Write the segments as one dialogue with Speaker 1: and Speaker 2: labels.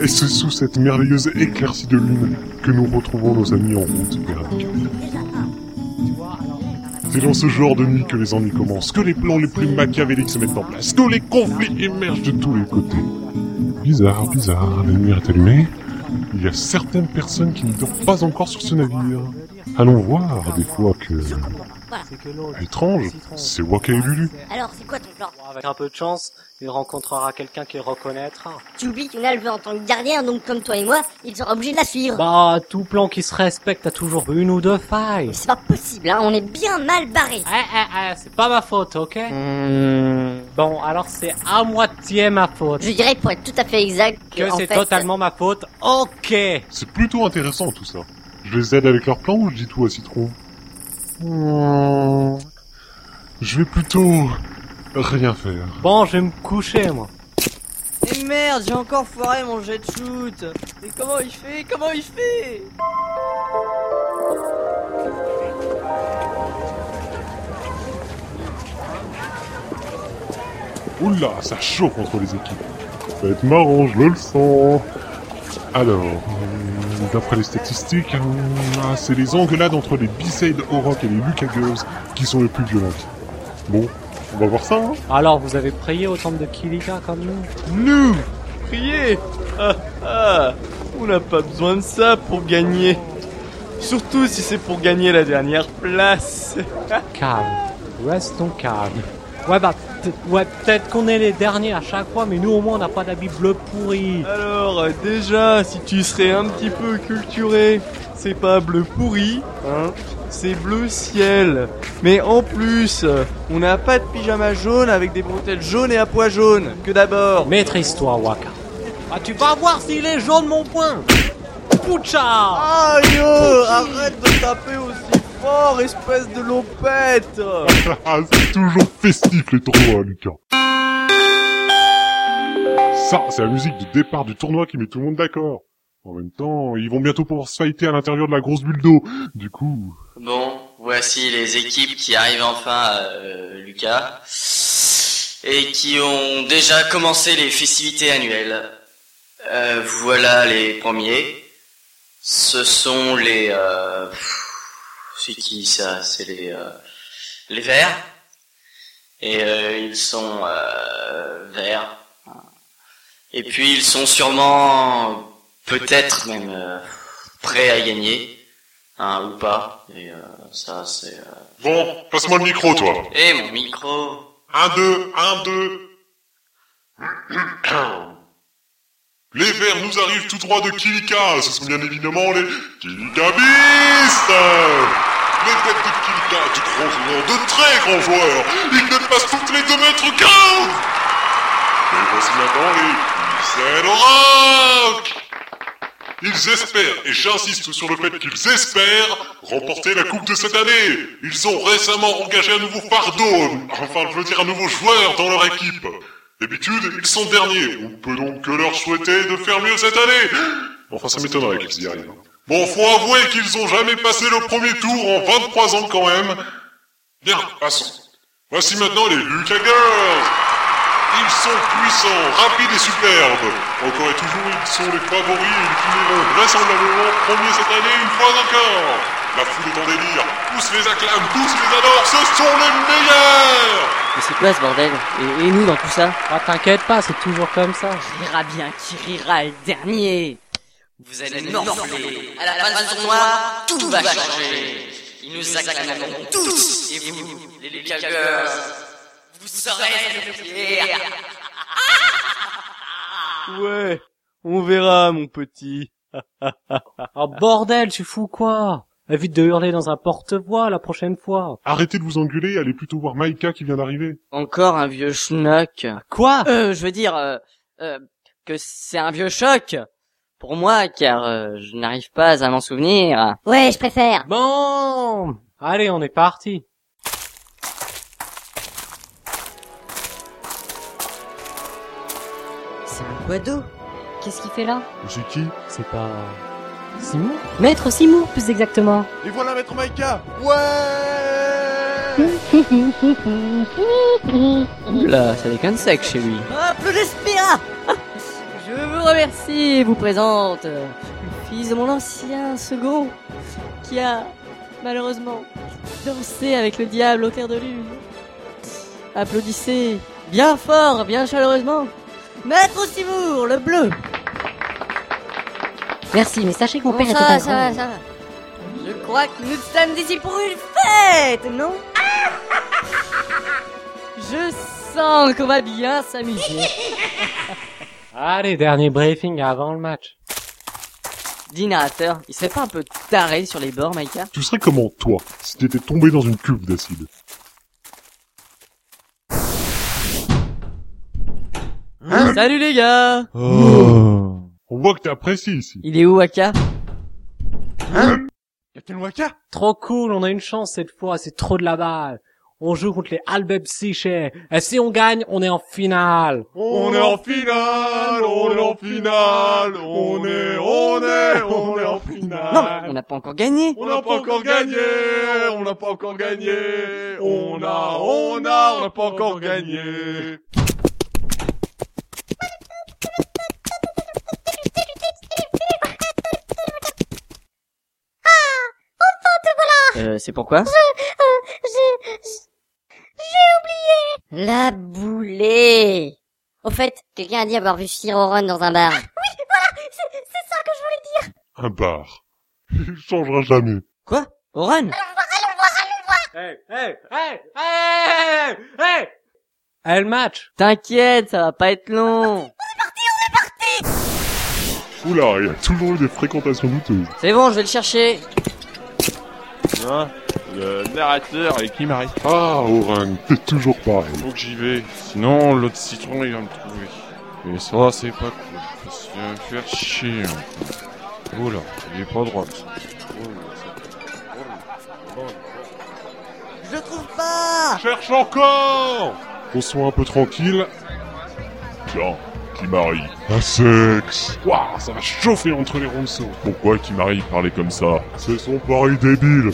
Speaker 1: Et c'est sous cette merveilleuse éclaircie de lune que nous retrouvons nos amis en route vers la cave. C'est dans ce genre de nuit que les ennuis commencent, que les plans les plus machiavéliques se mettent en place, que les conflits émergent de tous les côtés. Bizarre, bizarre, la lumière est allumée. Il y a certaines personnes qui ne dorment pas encore sur ce navire. Allons voir des fois que...
Speaker 2: Voilà.
Speaker 3: C'est que l'autre.
Speaker 1: Étrange, c'est Waka et Lulu.
Speaker 2: Alors, c'est quoi ton plan
Speaker 3: Bon, avec un peu de chance, il rencontrera quelqu'un qu'il reconnaîtra.
Speaker 2: Tu oublies qu'on a le veut en tant que gardien, donc comme toi et moi, il sera obligé de la suivre.
Speaker 3: Bah, tout plan qui se respecte a toujours une ou deux failles.
Speaker 2: C'est pas possible, hein, on est bien mal barré.
Speaker 3: Eh, eh, eh, c'est pas ma faute, ok
Speaker 2: Hmm.
Speaker 3: Bon, alors c'est à moitié ma faute.
Speaker 2: Je dirais, pour être tout à fait exact, que,
Speaker 3: Que
Speaker 2: en
Speaker 3: c'est
Speaker 2: fait,
Speaker 3: totalement ma faute, ok
Speaker 1: C'est plutôt intéressant tout ça. Je les aide avec leur plan ou je dis tout à Citron Hmm, Je vais plutôt rien faire.
Speaker 3: Bon, je vais me coucher, moi.
Speaker 4: Et Eh merde, j'ai encore foiré mon jet de shoot Mais comment il fait Comment il fait
Speaker 1: Oula, ça chauffe contre les équipes. Ça va être marrant, je le sens. Alors, euh, d'après les statistiques, euh, ah, c'est les engueulades entre les B-Side Oroch et les Lucas Girls qui sont les plus violentes. Bon, on va voir ça, hein
Speaker 3: Alors, vous avez prié au temple de Kilika comme nous
Speaker 1: Nous
Speaker 5: Priez Ah ah On n'a pas besoin de ça pour gagner. Surtout si c'est pour gagner la dernière place.
Speaker 3: Calme. Restons calmes. Ouais, bah, peut- ouais, peut-être qu'on est les derniers à chaque fois, mais nous au moins on n'a pas d'habit bleu pourri.
Speaker 5: Alors euh, déjà, si tu serais un petit peu culturé, c'est pas bleu pourri, hein, c'est bleu ciel. Mais en plus, euh, on n'a pas de pyjama jaune avec des bretelles jaunes et à pois jaunes, que d'abord.
Speaker 3: Maîtrise-toi, Waka. Ah, tu vas voir s'il est jaune, mon point Poucha
Speaker 5: Ah yo, arrête de taper aussi fort, espèce de lopette
Speaker 1: Ah, c'est toujours festif les tournois, Lucas. Ça, c'est la musique de départ du tournoi qui met tout le monde d'accord. En même temps, ils vont bientôt pouvoir se fighter à l'intérieur de la grosse bulle d'eau. Du coup,
Speaker 6: Bon, voici les équipes qui arrivent enfin, euh, Lucas, et qui ont déjà commencé les festivités annuelles. Euh, voilà les premiers. Ce sont les... Euh, pff, c'est qui ça C'est les... euh, les verts. Et euh, ils sont euh, verts. Et puis ils sont sûrement, peut-être même, euh, prêts à gagner. Hein, ou pas. Et euh, ça, c'est... euh,
Speaker 1: Bon, passe-moi le micro, toi.
Speaker 6: Eh, mon micro
Speaker 1: Un, deux, un, deux. Les verts nous arrivent tout droit de Kilika. Ce sont bien évidemment les Kilikabistes. Les têtes de Kilika, de gros joueurs, de très grands joueurs. Ils dépassent toutes les 2 mètres 15. Mais voici maintenant les Pixel Rock. Ils espèrent, et j'insiste sur le fait qu'ils espèrent, remporter la Coupe de cette année. Ils ont récemment engagé un nouveau fardeau, euh, enfin je veux dire un nouveau joueur dans leur équipe. D'habitude, ils sont derniers. On ne peut donc que leur souhaiter de faire mieux cette année. Enfin, ça m'étonnerait qu'ils y arrivent. hein. Bon, faut avouer qu'ils ont jamais passé le premier tour en 23 ans quand même. Bien, passons. Voici maintenant les Lucas Girls. Ils sont puissants, rapides et superbes. Encore et toujours, ils sont les favoris et ils finiront vraisemblablement premiers cette année une fois encore. La foule est en délire. Tous les acclament, tous les adorent. Ce sont les meilleurs.
Speaker 4: Mais c'est quoi ce bordel et, et nous dans tout ça
Speaker 3: Ah, t'inquiète pas, c'est toujours comme ça.
Speaker 4: Qui rira bien, qui rira le dernier
Speaker 6: Vous allez morfler. À la fin du tournoi, tout va changer. Ils nous acclameront tous. Et vous, les Lucas Girls, vous serez les fiers.
Speaker 5: Ouais, on verra mon petit.
Speaker 3: Ah, bordel, tu fous quoi Évite de hurler dans un porte-voix la prochaine fois.
Speaker 1: Arrêtez de vous engueuler et allez plutôt voir Maïka qui vient d'arriver.
Speaker 4: Encore un vieux schnock.
Speaker 3: Quoi
Speaker 4: Euh, je veux dire euh, euh, que c'est un vieux choc pour moi car euh, je n'arrive pas à m'en souvenir.
Speaker 2: Ouais, je préfère.
Speaker 3: Bon Allez, on est parti.
Speaker 4: C'est un bois d'eau.
Speaker 7: Qu'est-ce qu'il fait là
Speaker 1: C'est qui
Speaker 3: C'est pas... Simon
Speaker 7: Maître Simon, plus exactement.
Speaker 5: Et voilà Maître Maïka Ouais
Speaker 4: Oula, ça déconne sec chez lui. Ah, plus ah d'espéra Je vous remercie et vous présente euh, le fils de mon ancien second qui a malheureusement dansé avec le diable au terre de lune. Applaudissez bien fort, bien chaleureusement. Maître Simour, le bleu
Speaker 7: Merci, mais sachez que mon
Speaker 2: Oh,
Speaker 4: Bon,
Speaker 7: père est
Speaker 4: ça,
Speaker 7: un
Speaker 4: va,
Speaker 7: grand.
Speaker 4: ça va, ça va. Je crois que nous sommes ici pour une fête, non Je sens qu'on va bien s'amuser.
Speaker 3: Allez, dernier briefing avant le match.
Speaker 4: Dînerateur, il serait pas un peu taré sur les bords, Maïka
Speaker 1: Tu serais comment, toi, si t'étais tombé dans une cuve d'acide
Speaker 4: Hein Salut les gars
Speaker 1: On voit que t'apprécies ici.
Speaker 4: Il est où, Aka
Speaker 5: Captain Waka
Speaker 3: Trop cool, on a une chance cette fois, c'est trop de la balle. On joue contre les Albeb Psyché. Et si on gagne, on est en finale.
Speaker 5: On est en finale, on est en finale, on est, on est, on est en finale.
Speaker 4: Non, mais on n'a pas encore gagné.
Speaker 5: On n'a pas encore gagné, on n'a pas encore gagné, on a, on a, on n'a pas encore gagné.
Speaker 4: Euh, c'est pourquoi
Speaker 2: La boulée Au fait, quelqu'un a dit avoir vu Shiro Ron dans un bar.
Speaker 3: Euh.
Speaker 1: Un bar. Il changera jamais.
Speaker 4: Quoi Oran
Speaker 3: Hey, hey, hey, hey, hey Eh, le match
Speaker 4: T'inquiète, ça va pas être long.
Speaker 1: Oula, il y a toujours eu des fréquentations douteuses.
Speaker 4: C'est bon, je vais le chercher.
Speaker 8: Hein Le narrateur et qui m'arrive
Speaker 1: Ah, Orang, t'es toujours pareil.
Speaker 8: Faut que j'y vais. Sinon, l'autre citron, il va me trouver. Et ça, c'est pas cool. Parce qu'il va me faire chier. encore. Oula, il est pas droit. ça. Oula, ça- Oula. Oula.
Speaker 4: Je le trouve pas
Speaker 1: Cherche encore On soit un peu tranquille. Tiens, Kimari. Un sexe Waouh, ça va chauffer entre les ronceaux Pourquoi Kimari parlait comme ça C'est son pari débile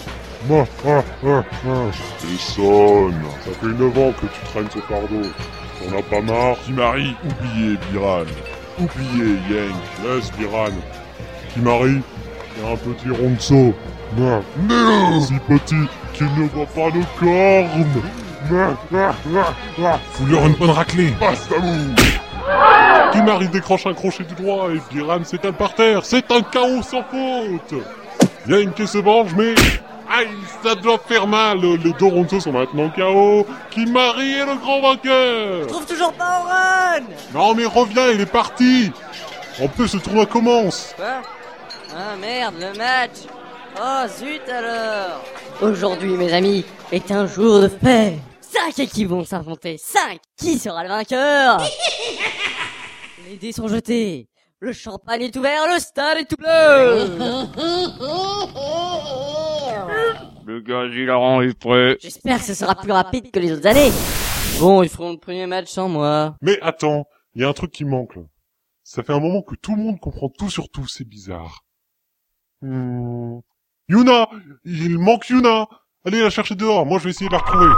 Speaker 1: Ma, ah, ah, ah. Essonne Ça fait 9 ans que tu traînes ce fardeau. T'en as pas marre Kimari, oubliez Biran. Oubliez Yank. Laisse Biran. Kimari, t'es un petit ronceau. Non, non Si petit qu'il ne voit pas nos cornes Fouleur une bonne raclée Bastamou Kimari décroche un crochet du droit et Biran s'étale par terre C'est un chaos sans faute Y'a une qui se venge mais... Aïe, ça doit faire mal Les deux Ronto sont maintenant KO Kimari est le grand vainqueur
Speaker 4: Je trouve toujours pas Oran
Speaker 1: Non mais reviens, il est parti En plus, le tournoi commence
Speaker 4: Quoi Ah merde, le match Oh zut alors Aujourd'hui, mes amis, est un jour de paix 5 équipes vont s'affronter 5 Qui sera le vainqueur Les dés sont jetés Le champagne est ouvert, le stade est tout bleu
Speaker 8: Le gaz, il a rendu prêt.
Speaker 2: J'espère que ce sera plus rapide que les autres années.
Speaker 4: Bon, ils feront le premier match sans moi.
Speaker 1: Mais attends, il y a un truc qui manque là. Ça fait un moment que tout le monde comprend tout sur tout, c'est bizarre. Hmm. Yuna Il manque Yuna Allez la chercher dehors, moi je vais essayer de la retrouver.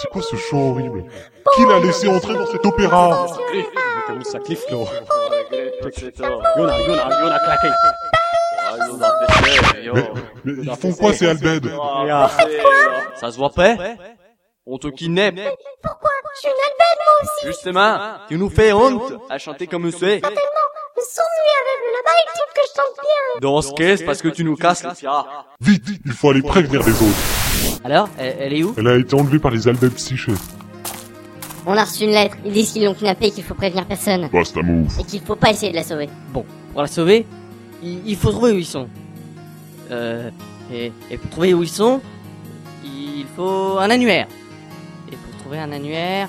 Speaker 1: C'est quoi ce chant horrible Qui l'a laissé entrer dans cet opéra Mais, mais ils font quoi ces Albed
Speaker 5: Ça se voit pas On te kidnappe. Pourquoi Je suis une albène, moi aussi Justement, tu nous fais honte à chanter comme c'est. Dans ce caisse, parce que tu nous casses les tiaras.
Speaker 1: Vite, il faut aller prévenir les autres.
Speaker 4: Alors, elle, elle est où
Speaker 1: Elle a été enlevée par les Albed psychés.
Speaker 2: On a reçu une lettre, ils disent qu'ils l'ont kidnappée et qu'il faut prévenir personne.
Speaker 1: Basta move.
Speaker 2: Et qu'il faut pas essayer de la sauver.
Speaker 4: Pour la sauver, il, il faut trouver où ils sont. Euh, et, et pour trouver où ils sont, il faut un annuaire. Et pour trouver un annuaire,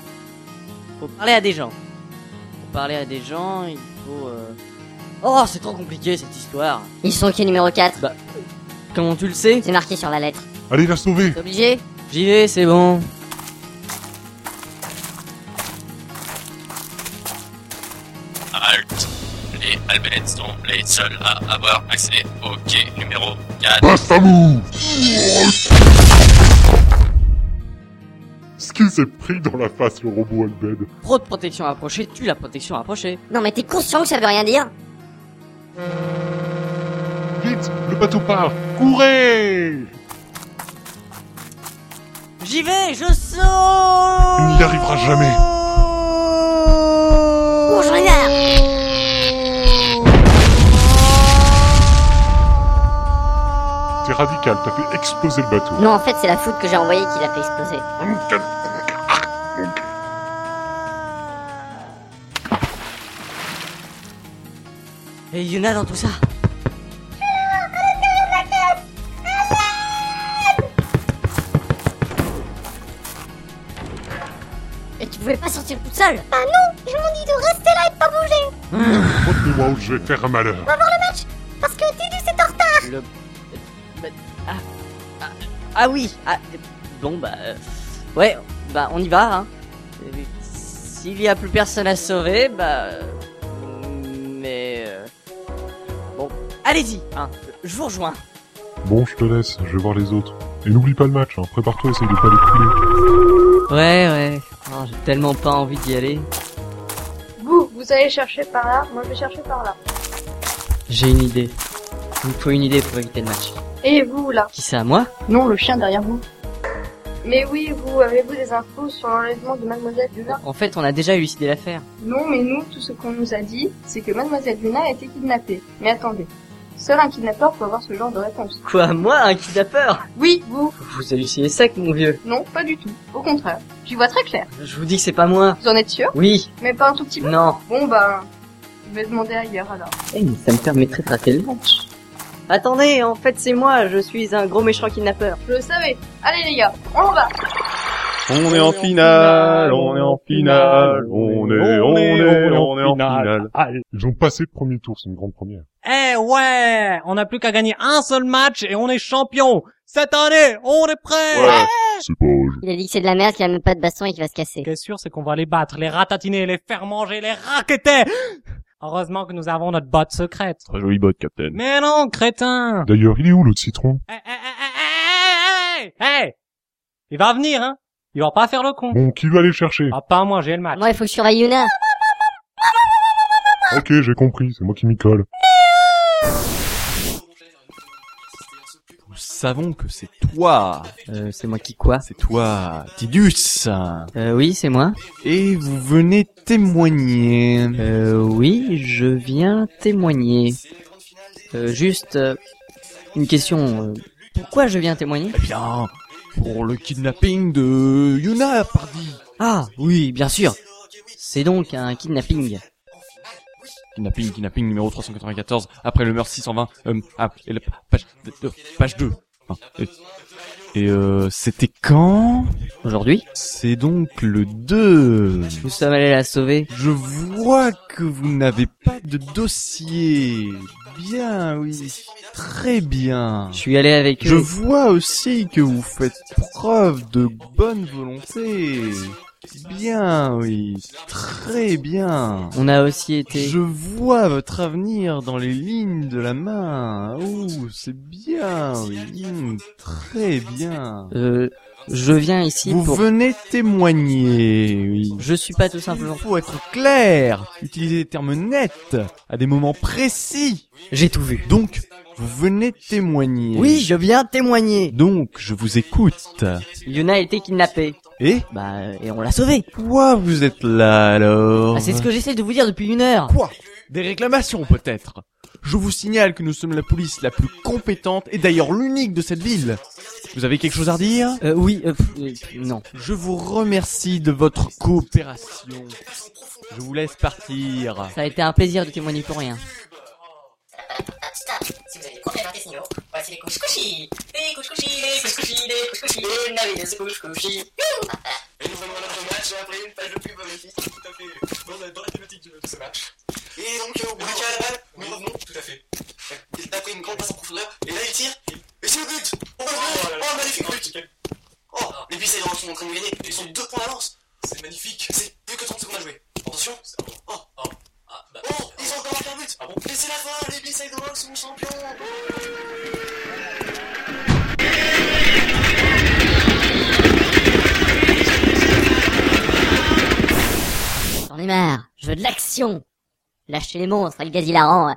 Speaker 4: faut parler à des gens. Pour parler à des gens, il faut... euh, Oh, c'est trop compliqué cette histoire.
Speaker 2: Ils sont qui numéro 4
Speaker 4: Comment tu le sais
Speaker 2: C'est marqué sur la lettre.
Speaker 1: Allez la sauver
Speaker 2: T'es obligé
Speaker 4: J'y vais, c'est bon.
Speaker 6: Halt. Les Albenettes sont les seuls à avoir accès au quai numéro 4.
Speaker 1: Passe à vous Ce qui s'est pris dans la face le robot Albed.
Speaker 4: Trop de protection approchée tue la protection approchée.
Speaker 2: Non, mais t'es conscient que ça veut rien dire
Speaker 1: Vite, le bateau part Courez
Speaker 4: J'y vais, je saute
Speaker 1: Il n'y arrivera jamais.
Speaker 2: Bon, j'en ai marre
Speaker 1: T'es radical, t'as fait exploser le bateau.
Speaker 2: Non, en fait, c'est la foudre que j'ai envoyée qui l'a fait exploser.
Speaker 4: Et il y en a dans tout ça.
Speaker 2: Et tu pouvais pas sortir toute seule
Speaker 1: Retenez-moi ou je vais faire un malheur.
Speaker 4: Le... bah, Ah, ah, ah oui ah, euh, Bon bah... euh, Ouais, bah on y va. Hein. Euh, S'il y a plus personne à sauver, bah... euh, Mais... euh, Bon, allez-y, hein. je vous rejoins.
Speaker 1: Bon, je te laisse, je vais voir les autres. Et n'oublie pas le match, hein. prépare-toi, essaye de pas les couler.
Speaker 4: Ouais, ouais. Oh, J'ai tellement pas envie d'y aller.
Speaker 7: Vous, vous allez chercher par là, moi je vais chercher par là.
Speaker 4: J'ai une idée. Il me faut une idée pour éviter le match.
Speaker 7: Et vous là
Speaker 4: Qui c'est à moi
Speaker 7: Non, le chien derrière vous. Mais oui, vous, avez-vous des infos sur l'enlèvement de Mademoiselle Luna
Speaker 4: En fait, on a déjà élucidé l'affaire.
Speaker 7: Non, mais nous, tout ce qu'on nous a dit, c'est que Mademoiselle Luna a été kidnappée. Mais attendez, seul un kidnappeur peut avoir ce genre de réponse.
Speaker 4: Quoi, moi, un kidnappeur
Speaker 7: Oui, vous
Speaker 4: Vous hallucinez sec, mon vieux.
Speaker 7: Non, pas du tout. Au contraire, j'y vois très clair.
Speaker 4: Je vous dis que c'est pas moi.
Speaker 7: Vous en êtes sûr
Speaker 4: Oui,
Speaker 7: Mais pas un tout petit peu
Speaker 4: non.
Speaker 7: Bon, bah, je vais demander ailleurs alors.
Speaker 4: Eh, mais ça me permettrait de rater le match. Attendez, en fait, c'est moi. Je suis un gros méchant kidnappeur.
Speaker 7: Je le savais. Allez les gars, on va
Speaker 5: On est en finale, on est en finale, on est, on est, on est en finale.
Speaker 1: Ils ont passé le premier tour, c'est une grande première.
Speaker 3: Eh ouais On n'a plus qu'à gagner un seul match et on est champion Cette année, on est prêt
Speaker 8: Ouais.
Speaker 1: C'est pas...
Speaker 2: Il a dit que c'est de la merde, qu'il a même pas de baston et qu'il va se casser.
Speaker 3: Ce qui est sûr, c'est qu'on va les battre, les ratatiner, les faire manger, les raqueter Heureusement que nous avons notre botte secrète.
Speaker 5: Très jolie botte, Captain.
Speaker 3: Mais non, crétin
Speaker 1: D'ailleurs, il est où l'autre citron
Speaker 3: Eh, eh, eh, eh, eh, eh, eh, eh. Il va venir, hein Il va pas faire le con.
Speaker 1: Bon, qui va aller le chercher
Speaker 3: Ah, pas moi, j'ai le match.
Speaker 2: Moi, il faut que je surveille Yuna.
Speaker 1: Ok, j'ai compris, c'est moi qui m'y colle.
Speaker 9: Nous savons que c'est toi.
Speaker 4: Euh, c'est moi qui quoi
Speaker 9: C'est toi, Tidus.
Speaker 4: Euh, oui, c'est moi.
Speaker 9: Et vous venez témoigner. eh
Speaker 4: Euh, oui, je viens témoigner. Euh, juste... euh, une question. euh, pourquoi je viens témoigner
Speaker 9: Eh bien, pour le kidnapping de Yuna, pardi.
Speaker 4: Ah, oui, bien sûr. C'est donc un kidnapping.
Speaker 9: Kidnapping, kidnapping numéro 394, après le meurtre 620, euh, ah, et la page, de- de- page 2. Enfin, et et, euh, c'était quand
Speaker 4: Aujourd'hui,
Speaker 9: C'est donc le 2.
Speaker 4: nous sommes allés la sauver.
Speaker 9: Je vois que vous n'avez pas de dossier. Bien, oui. Très bien.
Speaker 4: Je suis allé avec
Speaker 9: Je
Speaker 4: eux.
Speaker 9: vois aussi que vous faites preuve de bonne volonté. Bien, oui. Très bien.
Speaker 4: On a aussi été...
Speaker 9: Je vois votre avenir dans les lignes de la main. Oh, c'est bien, oui. Hmm, Très bien.
Speaker 4: Euh, je viens ici
Speaker 9: Vous
Speaker 4: pour...
Speaker 9: venez témoigner, oui.
Speaker 4: Je suis pas tout simplement...
Speaker 9: Il faut être clair, utiliser des termes nets, à des moments précis.
Speaker 4: J'ai tout vu.
Speaker 9: Donc, vous venez témoigner.
Speaker 4: Oui, je viens témoigner.
Speaker 9: Donc, je vous écoute.
Speaker 4: Yuna a été kidnappée.
Speaker 9: Et
Speaker 4: Bah, euh, et on l'a sauvée.
Speaker 9: pourquoi vous êtes là alors
Speaker 4: Ah, c'est ce que j'essaie de vous dire depuis une heure.
Speaker 9: Quoi Des réclamations peut-être Je vous signale que nous sommes la police la plus compétente et d'ailleurs l'unique de cette ville. Vous avez quelque chose à redire
Speaker 4: Euh, oui, euh, pff, euh, pff, non.
Speaker 9: Je vous remercie de votre coopération. Je vous laisse partir.
Speaker 4: Ça a été un plaisir de témoigner pour rien.
Speaker 10: euh, Oh, C'est magnifique. C'est plus que 30 secondes à jouer. Attention. Oh, oh. Ah, bah, Ah son champion
Speaker 2: J'en ai marre. Je veux de l'action. Lâchez les monstres et le gaz hilarant.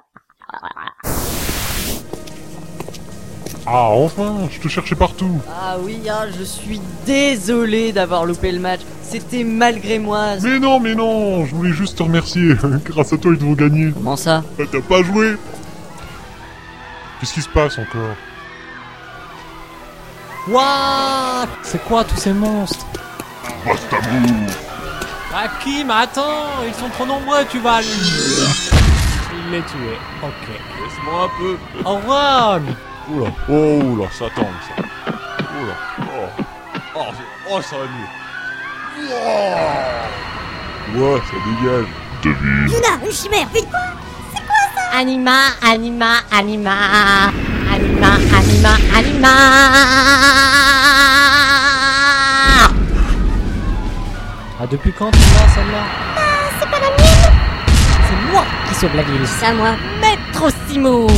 Speaker 1: Ah, enfin, je te cherchais partout.
Speaker 4: Ah oui, ah, je suis désolé d'avoir loupé le match. C'était malgré moi.
Speaker 1: Mais non, mais non, je voulais juste te remercier. Grâce à toi, ils vont gagner.
Speaker 4: Comment ça
Speaker 1: Bah, t'as pas joué. Qu'est-ce qui se passe encore
Speaker 3: Wouah C'est quoi tous ces monstres
Speaker 1: Bastamou
Speaker 3: Ah qui Mais attends, ils sont trop nombreux, tu vas... Il l'est tué. Ok.
Speaker 8: Laisse-moi un peu.
Speaker 3: Au revoir
Speaker 8: Oula, oh, oula, ça tombe ça. Oula, oh, oh, c'est- oh, ça va mieux. Ouah, ça dégage.
Speaker 2: Luna, une chimère, vite
Speaker 10: Anima, anima, anima, anima, anima, anima.
Speaker 3: Ah depuis quand tu l'as celle-là
Speaker 10: C'est moi qui sauve la ville.
Speaker 2: C'est à moi.
Speaker 10: Maître Simour.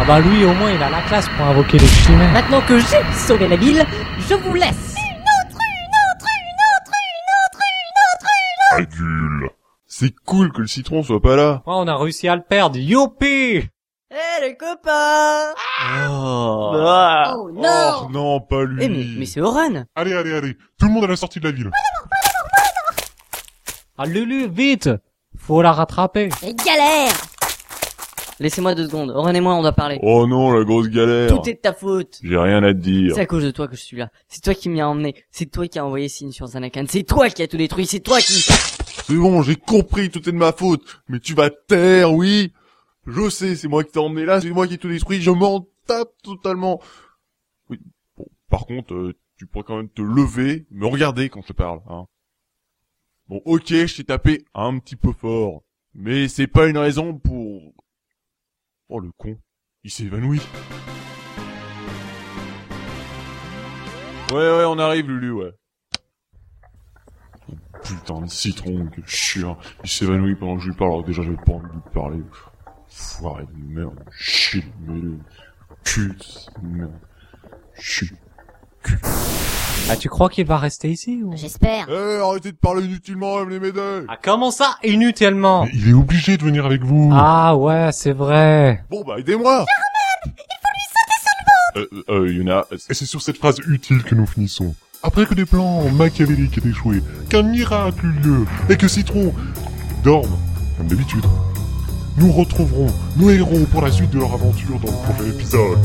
Speaker 3: Ah bah lui au moins il a la classe pour invoquer les chimères.
Speaker 10: Maintenant que j'ai sauvé la ville, je vous laisse.
Speaker 1: Adule.
Speaker 8: C'est cool que le citron soit pas là.
Speaker 3: Ouais, on a réussi à le perdre, youpi
Speaker 4: Eh les copains
Speaker 8: Oh,
Speaker 5: Ah.
Speaker 2: Oh non
Speaker 8: non, pas lui.
Speaker 4: Eh mais, mais c'est Oran
Speaker 1: Allez, allez, allez. Tout le monde à la sortie de la ville.
Speaker 3: Ah Lulu, vite Faut la rattraper.
Speaker 2: Et galère
Speaker 4: Laissez-moi deux secondes, Oran et moi on doit parler.
Speaker 8: Oh non, la grosse galère.
Speaker 4: Tout est de ta faute
Speaker 8: hein. J'ai rien à te dire.
Speaker 4: C'est à cause de toi que je suis là. C'est toi qui m'y as emmené. C'est toi qui as envoyé Signe sur Zanakan. C'est toi qui as tout détruit. C'est toi qui...
Speaker 8: C'est bon, j'ai compris, tout est de ma faute. Mais tu vas te taire, oui. Je sais, c'est moi qui t'ai emmené là, c'est moi qui te détruit, je m'en tape totalement. Oui. Bon, par contre, euh, tu pourrais quand même te lever, me regarder quand je te parle, hein. Bon, ok, je t'ai tapé un petit peu fort. Mais c'est pas une raison pour... Oh, le con. Il s'est évanoui. Ouais, ouais, on arrive, Lulu, ouais. Putain de citron, que chiant. Il s'évanouit pendant que je lui parle, alors que déjà j'avais pas envie de lui parler. Foiré de merde, shit, mêlé. Cul, de merde. Chut.
Speaker 3: Ah tu crois qu'il va rester ici ou
Speaker 2: J'espère.
Speaker 8: Eh, arrêtez de parler inutilement, les m'aider
Speaker 3: Ah comment ça Inutilement
Speaker 1: Il est obligé de venir avec vous.
Speaker 3: Ah ouais, c'est vrai.
Speaker 8: Bon, bah, aidez-moi Il faut lui sauter sur le ventre Euh, euh, Yuna, euh,
Speaker 1: Et
Speaker 8: c'est-
Speaker 1: c'est sur cette phrase utile que nous finissons. Après que des plans machiavéliques aient échoué, qu'un miracle eut lieu, et que Citron dorme, comme d'habitude, nous retrouverons nos héros pour la suite de leur aventure dans le prochain épisode.